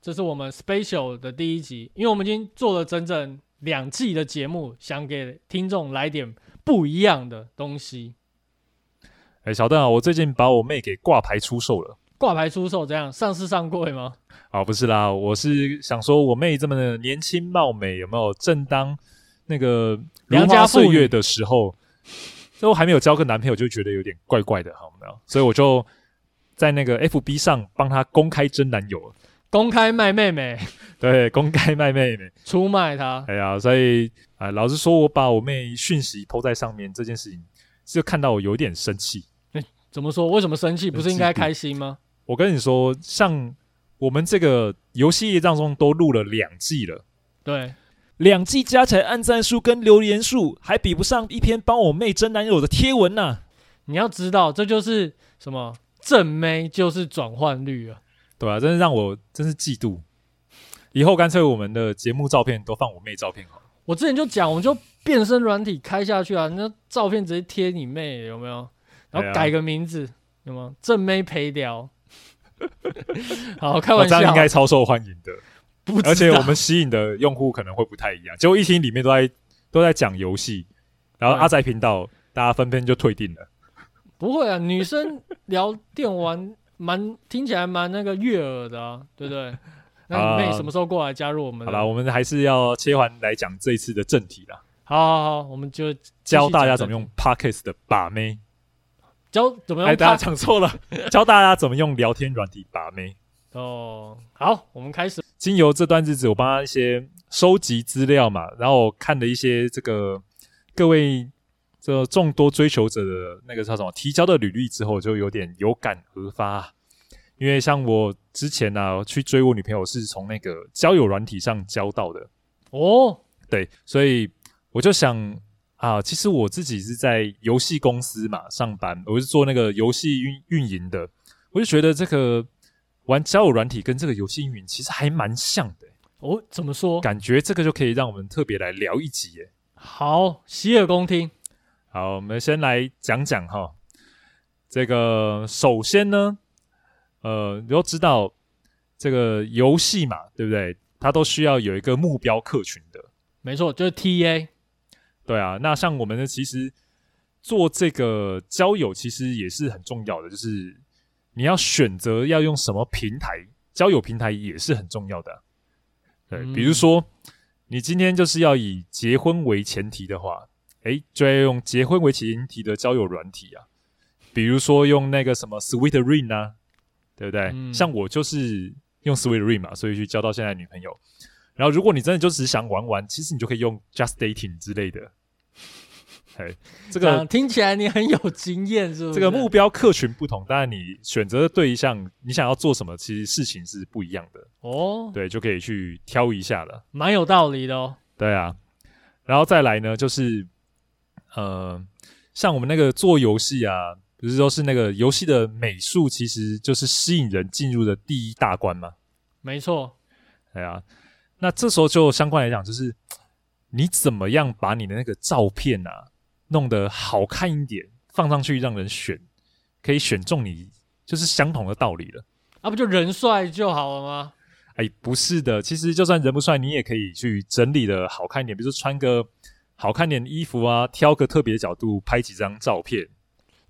这是我们 special 的第一集，因为我们已经做了整整两季的节目，想给听众来点不一样的东西。哎，小邓啊，我最近把我妹给挂牌出售了。挂牌出售怎样？上市上柜吗？啊，不是啦，我是想说，我妹这么的年轻貌美，有没有？正当那个如良家花妇岁女月的时候，都还没有交个男朋友，就觉得有点怪怪的，好没有？所以我就在那个 FB 上帮她公开真男友，公开卖妹妹，对，公开卖妹妹。出卖她，哎呀，所以啊、老实说，我把我妹讯息抛在上面这件事情，就看到我有点生气。怎么说？为什么生气？不是应该嫉妒开心吗？我跟你说，像我们这个游戏业当中都录了两季了。对，两季加起来按赞数跟留言数还比不上一篇帮我妹真男友的贴文呐、你要知道，这就是什么正妹就是转换率啊！对啊，真是让我真是嫉妒。以后干脆我们的节目照片都放我妹照片好了。我之前就讲，我们就变身软体开下去啊，那照片直接贴你妹有没有？然对后啊改个名字，有没有？正妹陪聊。 好，开哦，玩这笑，样应该超受欢迎的，不知道而且我们吸引的用户可能会不太一样。结果一听里面都在都在讲游戏，然后嗯阿宅频道大家纷纷就退订了。不会啊，女生聊电玩蛮听起来蛮那个悦耳的啊，对不 对？那你妹啊什么时候过来加入我们好呢？啦，我们还是要切换来讲这一次的正题啦，好好好，我们就教大家怎么用 Pockets 的把妹。教怎么哎，用大它家讲错了，教大家怎么用聊天软体把妹。哦。好，我们开始。经由这段日子，我帮他一些收集资料嘛，然后我看了一些这个各位这众多追求者的那个叫什么提交的履历之后，就有点有感而发。因为像我之前呢、啊、去追我女朋友，是从那个交友软体上交到的，哦，对，所以我就想啊，其实我自己是在游戏公司嘛上班，我是做那个游戏运运营的，我就觉得这个玩交友软体跟这个游戏运营其实还蛮像的、我哦怎么说？感觉这个就可以让我们特别来聊一集耶。好，洗耳恭听。好，我们先来讲讲哈，这个首先呢，呃，你要知道这个游戏嘛，对不对？它都需要有一个目标客群的，没错，就是 T A。对啊。那像我们呢，其实做这个交友其实也是很重要的，就是你要选择要用什么平台，交友平台也是很重要的啊。对，比如嗯说你今天就是要以结婚为前提的话，诶，就要用结婚为前提的交友软体啊，比如说用那个什么 Sweet Ring 啊，对不对？嗯像我就是用 Sweet Ring 嘛，所以去交到现在的女朋友。然后，如果你真的就只想玩玩，其实你就可以用 Just Dating 之类的。哎，这这个听起来你很有经验，是不是？这个目标客群不同，当然你选择的对象，你想要做什么，其实事情是不一样的。哦，对，就可以去挑一下了。蛮有道理的哦。对啊，然后再来呢，就是呃，像我们那个做游戏啊，不是说是那个游戏的美术，其实就是吸引人进入的第一大关嘛。没错，对啊，那这时候就相关来讲，就是你怎么样把你的那个照片啊弄得好看一点，放上去让人选，可以选中你，就是相同的道理了。啊，不就人帅就好了吗？哎，不是的，其实就算人不帅，你也可以去整理的好看一点，比如说穿个好看点的衣服啊，挑个特别角度拍几张照片。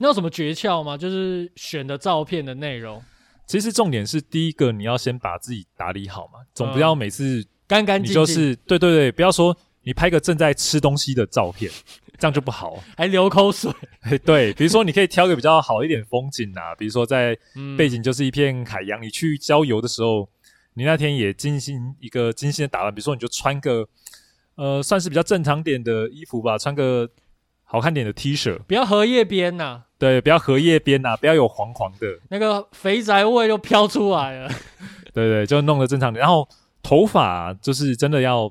你有什么诀窍吗？就是选的照片的内容其实重点是第一个，你要先把自己打理好嘛，总不嗯要每次干干你净净，就是、对对对，不要说你拍个正在吃东西的照片，这样就不好。还流口水，嘿 对，比如说你可以挑个比较好一点的风景啊，比如说在嗯，背景就是一片海洋，你去郊游的时候，你那天也进行一个精心的打扮，比如说你就穿个呃算是比较正常点的衣服吧，穿个好看点的 T 恤，不要荷叶边呐、对，不要荷叶边啊呐、不要有黄黄的，那个肥宅味就飘出来了。对对，就弄得正常点。然后头发啊、就是真的要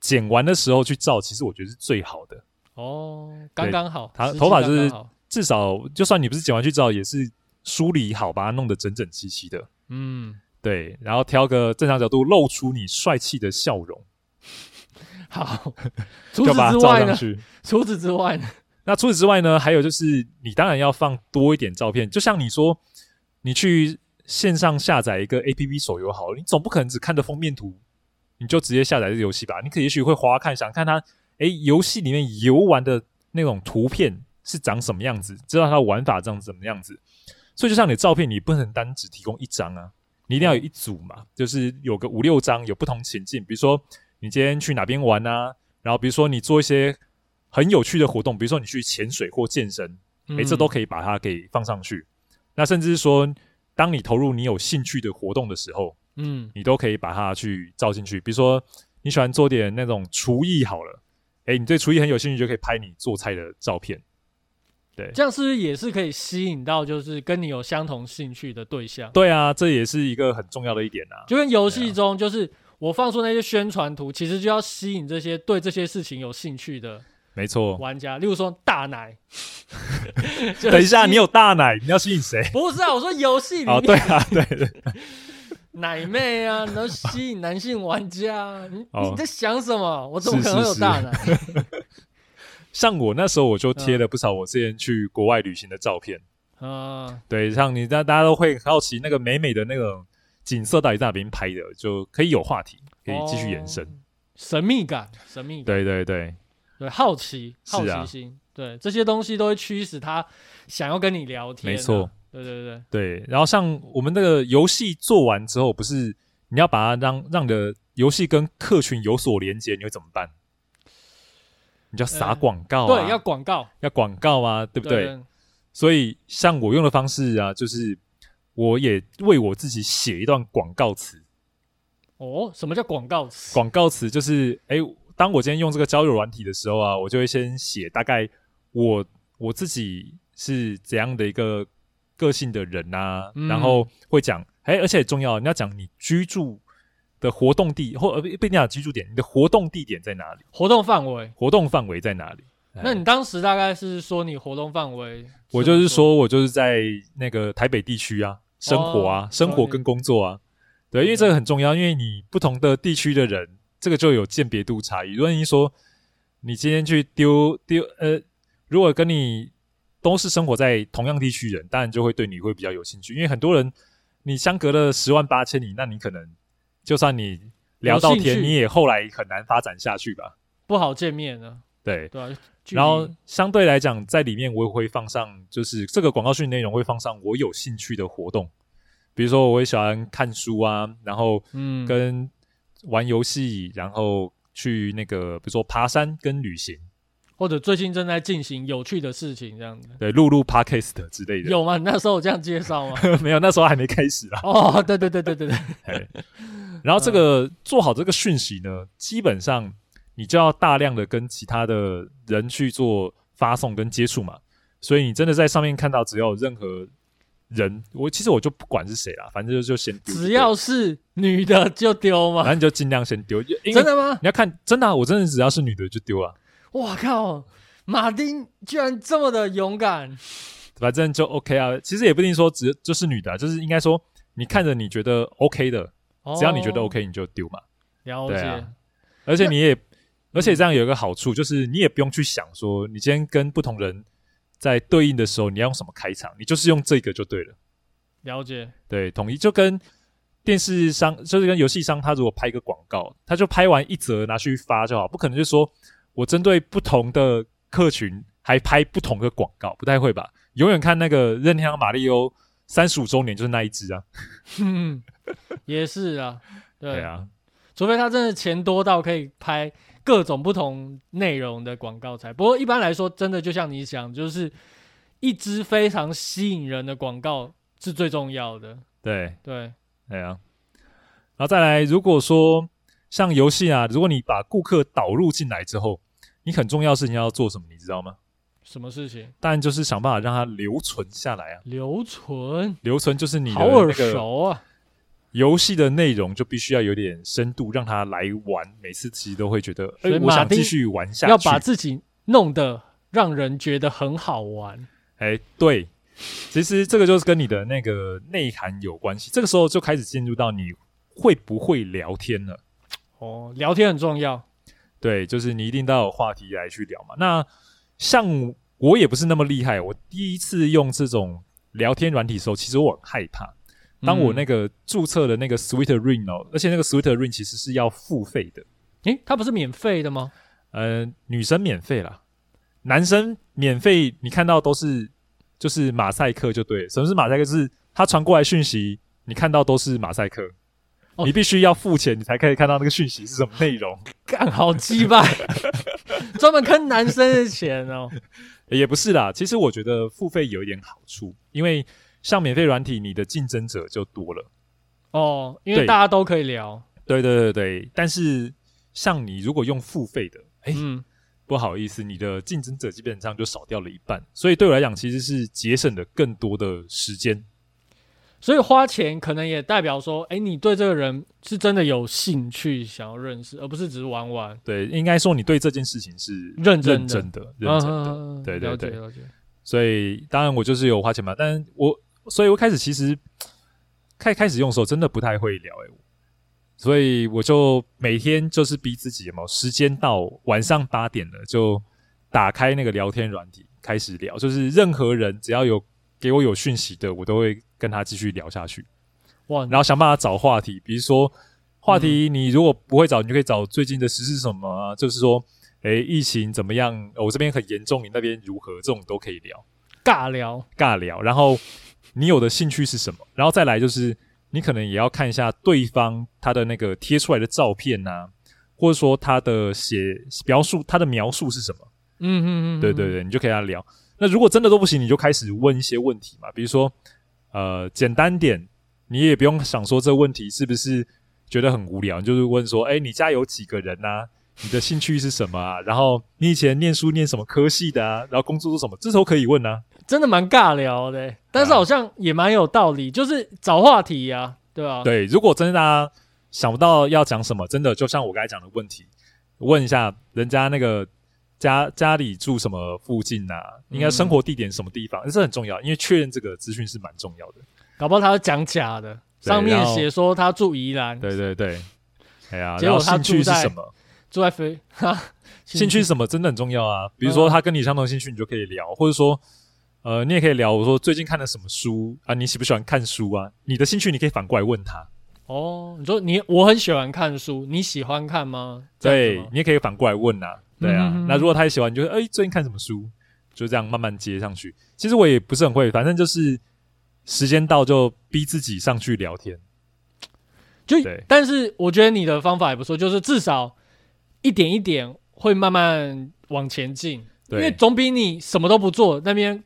剪完的时候去照，其实我觉得是最好的。哦，刚刚好，他时机头发就是刚刚好至少就算你不是剪完去照，也是梳理好，把它弄得整整齐齐的。嗯，对，然后挑个正常角度，露出你帅气的笑容，好。除 就此把它之照外呢上？去。除此之外呢？那除此之外呢，还有就是你当然要放多一点照片，就像你说，你去线上下载一个 APP 手游好了，你总不可能只看着封面图你就直接下载这游戏吧？你可也许会划划看，想看它，诶，游戏里面游玩的那种图片是长什么样子，知道它的玩法长什么样子。所以就像你的照片，你不能单只提供一张啊，你一定要有一组嘛，就是有个五六张，有不同情境，比如说你今天去哪边玩啊，然后比如说你做一些很有趣的活动，比如说你去潜水或健身，嗯诶，这都可以把它给放上去。那甚至是说，当你投入你有兴趣的活动的时候，嗯你都可以把它去照进去。比如说，你喜欢做点那种厨艺好了，诶，你对厨艺很有兴趣，就可以拍你做菜的照片。这样是不是也是可以吸引到就是跟你有相同兴趣的对象？对啊，这也是一个很重要的一点啊。就跟游戏中，就是我放出那些宣传图，其实就要吸引这些对这些事情有兴趣的没错。玩家。例如说大奶，就是 等一下，吸你有大奶，你要吸引谁？不是啊？我说游戏里哦，面对啊，对对，奶妹啊，能吸引男性玩家啊。你哦你在想什么？我怎么是可能会有是大奶？ 像我那时候我就贴了不少我之前去国外旅行的照片。啊，对，像你大大家都会好奇那个美美的那种景色到底在哪边拍的，就可以有话题，可以继续延伸。哦神秘感，神秘感，对对对，对，好奇，是好啊奇心，对，这些东西都会驱使他想要跟你聊天、啊没错，，对对对，对。然后像我们那个游戏做完之后，不是你要把它让让你的游戏跟客群有所连接，你会怎么办？你就要撒呃广告、啊对，要广告，要广告啊，对不对？所以像我用的方式啊，就是我也为我自己写一段广告词。哦，什么叫广告词？广告词就是，哎，当我今天用这个交友软体的时候啊，我就会先写大概我我自己是怎样的一个个性的人啊，嗯然后会讲，哎，而且重要，你要讲你居住的活动地，或呃不不一定要讲居住点，你的活动地点在哪里，活动范围。活动范围在哪里。那你当时大概是说你活动范围？哎我就是，说我就是在那个台北地区啊，生活啊，哦嗯生活跟工作啊，对，因为这个很重要，因为你不同的地区的人，这个就有鉴别度差异。如果你说你今天去丢丢呃，如果跟你都是生活在同样地区人，当然就会对你会比较有兴趣，因为很多人你相隔了十万八千里，那你可能就算你聊到有兴趣天，你也后来很难发展下去吧？不好见面了，对，对吧、距离然后相对来讲，在里面我也会放上，就是这个广告讯内容会放上我有兴趣的活动，比如说我会喜欢看书啊，然后嗯，跟玩游戏，然后去那个比如说爬山跟旅行，或者最近正在进行有趣的事情这样子，对，录录 podcast 之类的。有吗？你那时候有这样介绍吗？ 没有，那时候还没开始啊。哦，对对对对对对，嘿然后这嗯个做好这个讯息呢，基本上你就要大量的跟其他的人去做发送跟接触嘛，所以你真的在上面看到只要有任何人，我其实我就不管是谁啦，反正就就先丢就对了，只要是女的就丢反吗？正你就尽量先丢，因为真的吗？你要看真的啊、我真的只要是女的就丢啊，哇靠！马丁居然这么的勇敢，反正就 OK 啊。其实也不一定说只就是女的、啊，就是应该说你看着你觉得 OK 的，只要你觉得哦 OK 你就丢嘛。了对解、啊而且你也，而且这样有一个好处，就是你也不用去想说，你今天跟不同人在对应的时候，你要用什么开场，你就是用这个就对了。了解， 对，统一就跟电视商，就是跟游戏商，他如果拍一个广告，他就拍完一则拿去发就好，不可能就说我针对不同的客群还拍不同的广告，不太会吧？永远看那个任天堂马里欧三十五周年就是那一只啊，嗯，也是啊，对对啊，除非他真的钱多到可以拍各种不同内容的广告才。不过一般来说，真的就像你讲，就是一支非常吸引人的广告是最重要的。对，对，对啊，然后再来，如果说像游戏啊，如果你把顾客导入进来之后，你很重要的事情要做什么，你知道吗？什么事情当然就是想办法让它留存下来啊。留存？留存就是你的好耳那个熟啊！游戏的内容，就必须要有点深度，让他来玩。每次其实都会觉得，所哎、以我马想丁继续玩下去。要把自己弄得让人觉得很好玩。哎，对，其实这个就是跟你的那个内涵有关系。这个时候就开始进入到你会不会聊天了。哦，聊天很重要。对，就是你一定都要有话题来去聊嘛。那像我也不是那么厉害，我第一次用这种聊天软体的时候，其实我很害怕。当嗯我那个注册的那个 Sweet Ring 哦，而且那个 Sweet Ring 其实是要付费的，嗯诶，它不是免费的 吗？呃，女生免费啦，男生免费，你看到都是就是马赛克就对了。什么是马赛克？就是他传过来讯息，你看到都是马赛克，哦你必须要付钱，你才可以看到那个讯息是什么内容。干好鸡 巴，专门坑男生的钱哦。也不是啦，其实我觉得付费有一点好处，因为像免费软体，你的竞争者就多了。哦，因为对大家都可以聊。对对对对，但是像你如果用付费的，哎、嗯，不好意思，你的竞争者基本上就少掉了一半，所以对我来讲其实是节省了更多的时间。所以花钱可能也代表说，诶，你对这个人是真的有兴趣，想要认识，而不是只是玩玩。对，应该说你对这件事情是认真的认真的，认真的。嗯对对了解对了解。所以当然我就是有花钱嘛，但我所以我开始其实开开始用的时候真的不太会聊哎、欸所以我就每天就是逼自己有没有时间到晚上八点了就打开那个聊天软体开始聊，就是任何人只要有给我有讯息的，我都会跟他继续聊下去。哇，然后想办法找话题，比如说话题，你如果不会找，你就可以找最近的时事是什么啊，就是说，诶，疫情怎么样？呃我这边很严重，你那边如何？这种都可以聊，尬聊，尬聊。然后你有的兴趣是什么？然后再来就是，你可能也要看一下对方他的那个贴出来的照片呐、或者说他的写描述，他的描述是什么？嗯嗯嗯，对对对，你就可以跟他聊。那如果真的都不行，你就开始问一些问题嘛，比如说，呃，简单点，你也不用想说这问题是不是觉得很无聊，你就是问说，哎，你家有几个人呐、你的兴趣是什么啊？然后你以前念书念什么科系的啊？然后工作做什么？这时候可以问啊。真的蛮尬聊的、欸但是好像也蛮有道理，就是找话题呀、对吧、，啊对，如果真的大家想不到要讲什么，真的就像我刚才讲的问题，问一下人家那个家家里住什么附近啊，嗯应该生活地点什么地方，这很重要，因为确认这个资讯是蛮重要的。搞不好他是讲假的，对上面然后写说他住宜兰，对对对，哎呀，结然果后他兴趣住是在什么？住在飞， 哈，兴趣是什么真的很重要嗯啊。比如说他跟你相同兴趣，你就可以聊，或者说，呃，你也可以聊。我说最近看了什么书啊？你喜不喜欢看书啊？你的兴趣你可以反过来问他，哦，你说你我很喜欢看书，你喜欢看吗？这样对子吗你也可以反过来问啊，对啊。嗯那如果他也喜欢，你就说哎、最近看什么书？就这样慢慢接上去。其实我也不是很会，反正就是时间到就逼自己上去聊天。就对但是我觉得你的方法也不错，就是至少一点一点会慢慢往前进，因对，为总比你什么都不做那边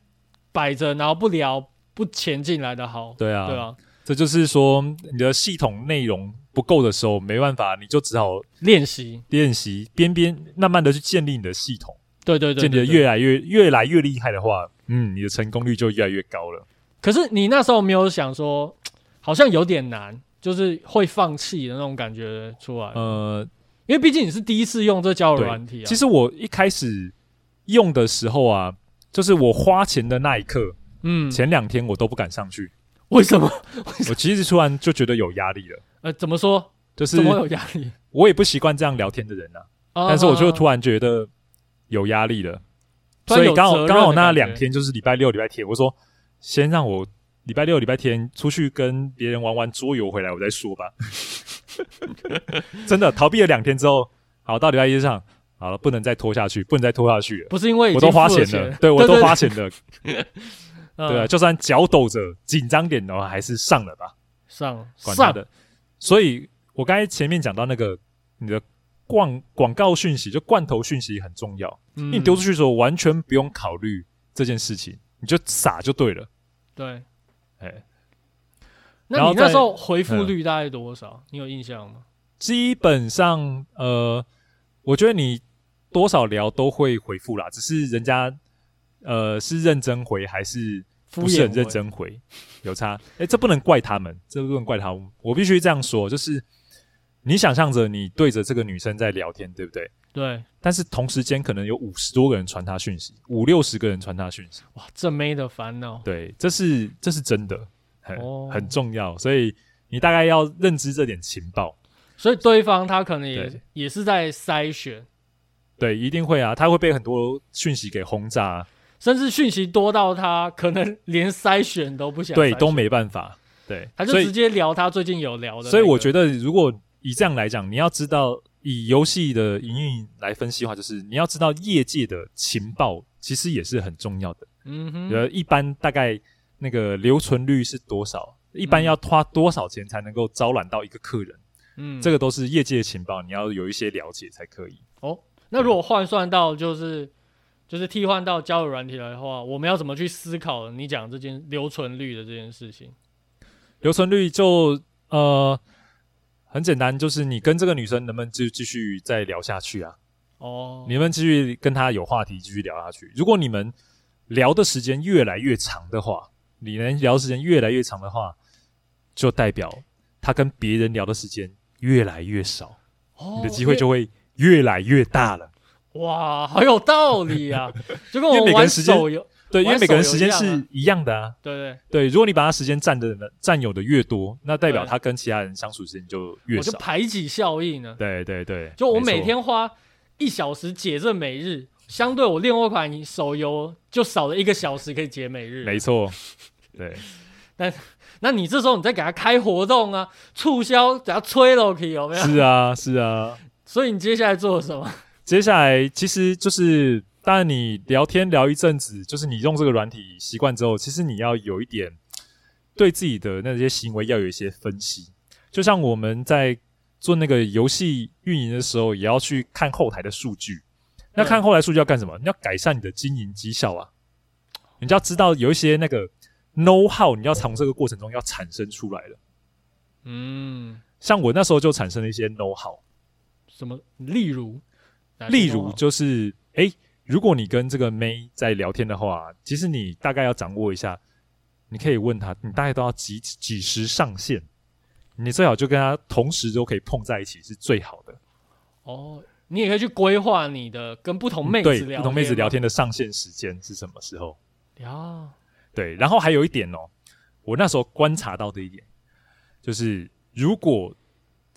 摆着然后不聊不前进来的好，对啊，对啊，这就是说你的系统内容不够的时候，没办法，你就只好练习，练习，边边慢慢的去建立你的系统，对对对建立对的对越来越越来越厉害的话，嗯，你的成功率就越来越高了。可是你那时候没有想说，好像有点难，就是会放弃的那种感觉出来，呃，因为毕竟你是第一次用这交友对软体啊。其实我一开始用的时候啊，就是我花钱的那一刻，嗯，前两天我都不敢上去， 为什么？我其实突然就觉得有压力了，呃，怎么说？就是怎么有压力？我也不习惯这样聊天的人啊，啊但是我就突然然觉得有压力了。突所然以有刚责好任刚好的那感觉两，天就是礼拜六、礼拜天，我说先让我礼拜六、礼拜天出去跟别人玩玩桌游回来，我再说吧。 真的逃避了两天之后，好到礼拜一上，好了，不能再拖下去，不能再拖下去了。不是因为已我都经花付钱了了，对我都花，钱了，对对，啊嗯就算脚抖着紧张点的话，还是上了吧，上管他上的。所以我刚才前面讲到那个你的广广告讯息，就罐头讯息很重要，因为你你丢出去的时候完全不用考虑这件事情，你就撒就对了。对。哎，那然你后那时再嗯候回复率大概多少？你有印象吗？基本上呃，我觉得你多少聊都会回复啦，只是人家呃是认真回还是敷不是衍很回，认真回，有差。哎，这不能怪他们，这不能怪他们，我必须这样说，就是你想象着你对着这个女生在聊天，对不对？对，但是同时间可能有五十多个人传她讯息，五六十个人传她讯息，哇，正妹的烦恼，对，这是这是真的，很、哦很重要，所以你大概要认知这点情报。所以对方他可能也对也是在筛选，对，一定会啊，他会被很多讯息给轰炸啊， 啊甚至讯息多到他可能连筛选都不想筛选，对，都没办法。对，他就所直以接聊他最近有聊的那个、所以我觉得得，如果以这样来讲，你要知道以游戏的营运来分析的话，就是你要知道业界的情报其实也是很重要的。嗯哼，呃、一般大概那个留存率是多少？一般嗯要花多少钱才能够招揽到一个客人？嗯，这个都是业界的情报，你要有一些了解才可以。哦，那如果换算到就是就是替换到交友软体来的话，我们要怎么去思考你讲这件留存率的这件事情？留存率就呃很简单，就是你跟这个女生能不能继继续再聊下去啊？哦，你们继续跟她有话题继续聊下去。如果你们聊的时间越来越长的话，你们聊的时间越来越长的话，就代表她跟别人聊的时间越来越少，哦你的机会就会越来越大了。因为哇，好有道理 啊！就跟因为我每个玩人时间手游，对，因为玩每个人手游时间一样啊是一样的啊。对对对，如果你把他时间占的占有的越多，那代表对他跟其他人相处时间就我越就少。排挤效应呢。对对对，就我没错每天花一小时解这每日，相对我另外一款手游就少了一个小时可以解每日。啊没 错，对，那你这时候你再给他开活动啊，促销给他吹了可以有没有？是啊，是啊。所以你接下来做了什 么？接下来其实就是，当然你聊天聊一阵子，就是你用这个软体习惯之后，其实你要有一点对自己的那些行为要有一些分析。就像我们在做那个游戏运营的时候，也要去看后台的数据。那看后台数据要干什么？你要改善你的经营绩效啊！你就要知道有一些那个 know how，你要从这个过程中要产生出来的。嗯，像我那时候就产生了一些 know how，什么？例如，哪些例都如好就是，哎、如果你跟这个妹在聊天的话，其实你大概要掌握一下，你可以问她，你大概都要几几时上线，你最好就跟她同时都可以碰在一起是最好的。哦，你也可以去规划你的跟不同妹子嗯对，聊，不同妹子聊。天的上线时间是什么时候？啊，对，然后还有一点哦，我那时候观察到的一点就是，如果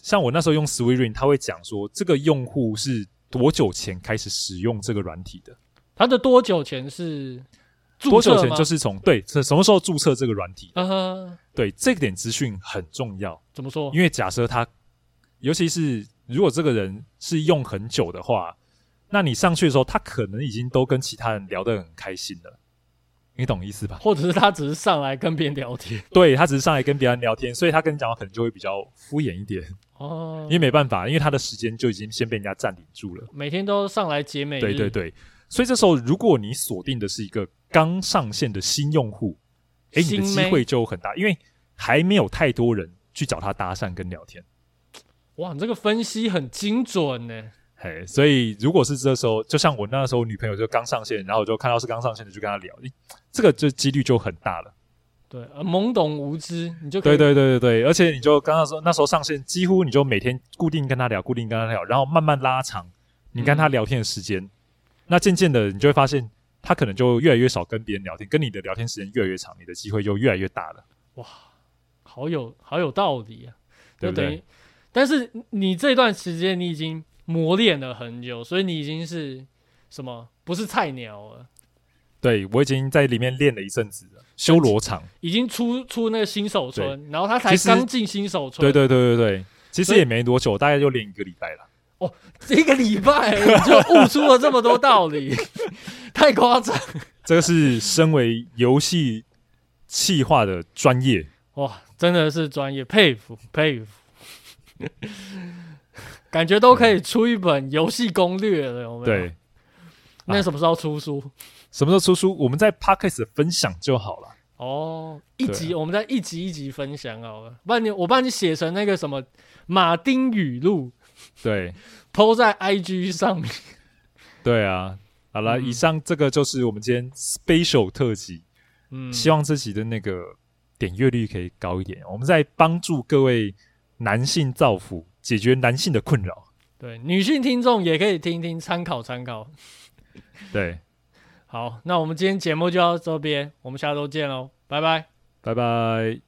像我那时候用 Swirin，他会讲说这个用户是多久前开始使用这个软体的。他的多久前是注多册久吗？前就是从对这什么时候注册这个软体？啊哈，对，这点资讯很重要，怎么说？因为假设他，尤其是如果这个人是用很久的话，那你上去的时候，他可能已经都跟其他人聊得很开心了，你懂意思吧？或者是他只是上来跟别人聊天对他只是上来跟别人聊天，所以他跟你讲话可能就会比较敷衍一点，哦 因，为没办法，因为他的时间就已经先被人家占领住了。每天都上来解美日，对对对，所以这时候如果你锁定的是一个刚上线的新用户，哎，你新的机妹会就很大，因为还没有太多人去找他搭讪跟聊天。哇，你这个分析很精准呢。嘿，所以如果是这时候，就像我那时候女朋友就刚上线，然后我就看到是刚上线的，就跟她聊，诶这个就几率就很大了。对，呃懵懂无知，你就可对以对对对对，而且你就刚刚说那时候上线，几乎你就每天固定跟她聊，固定跟她聊，然后慢慢拉长你跟她聊天的时间。那渐渐的，你就会发现她可能就越来越少跟别人聊天，跟你的聊天时间越来越长，你的机会就越来越大了。好有好有道理啊，对就不等于对，但是你这段时间你已经磨练了很久，所以你已经是什么？不是菜鸟了，对我已经在里面练了一阵子了，修罗场。已经出出那个新手村，然后他才其实刚进新手村，对对对对对，其所实以也没多久，大概就练一个礼拜了。对， 一个礼拜你就悟出了这么多道理， 太夸张这个是身为游戏企划的专业，哇！真的是专业，佩服佩服，感觉都可以出一本游戏攻略了，有没有？对，啊那什么时候出书？什么时候出书，我们在 podcast 分享就好了。哦，一对啊集、我们再一集一集分享好了，不然你我帮你写成那个什么马丁语录对，PO 在 IG 上面。对啊，好了，嗯以上这个就是我们今天 special 特辑，嗯，希望这集的那个点阅率可以高一点，我们在帮助各位男性造福，解决男性的困扰。对女性听众也可以听听，参考参考。对，好，那我们今天节目就到这边，我们下周见喽，拜拜。拜拜。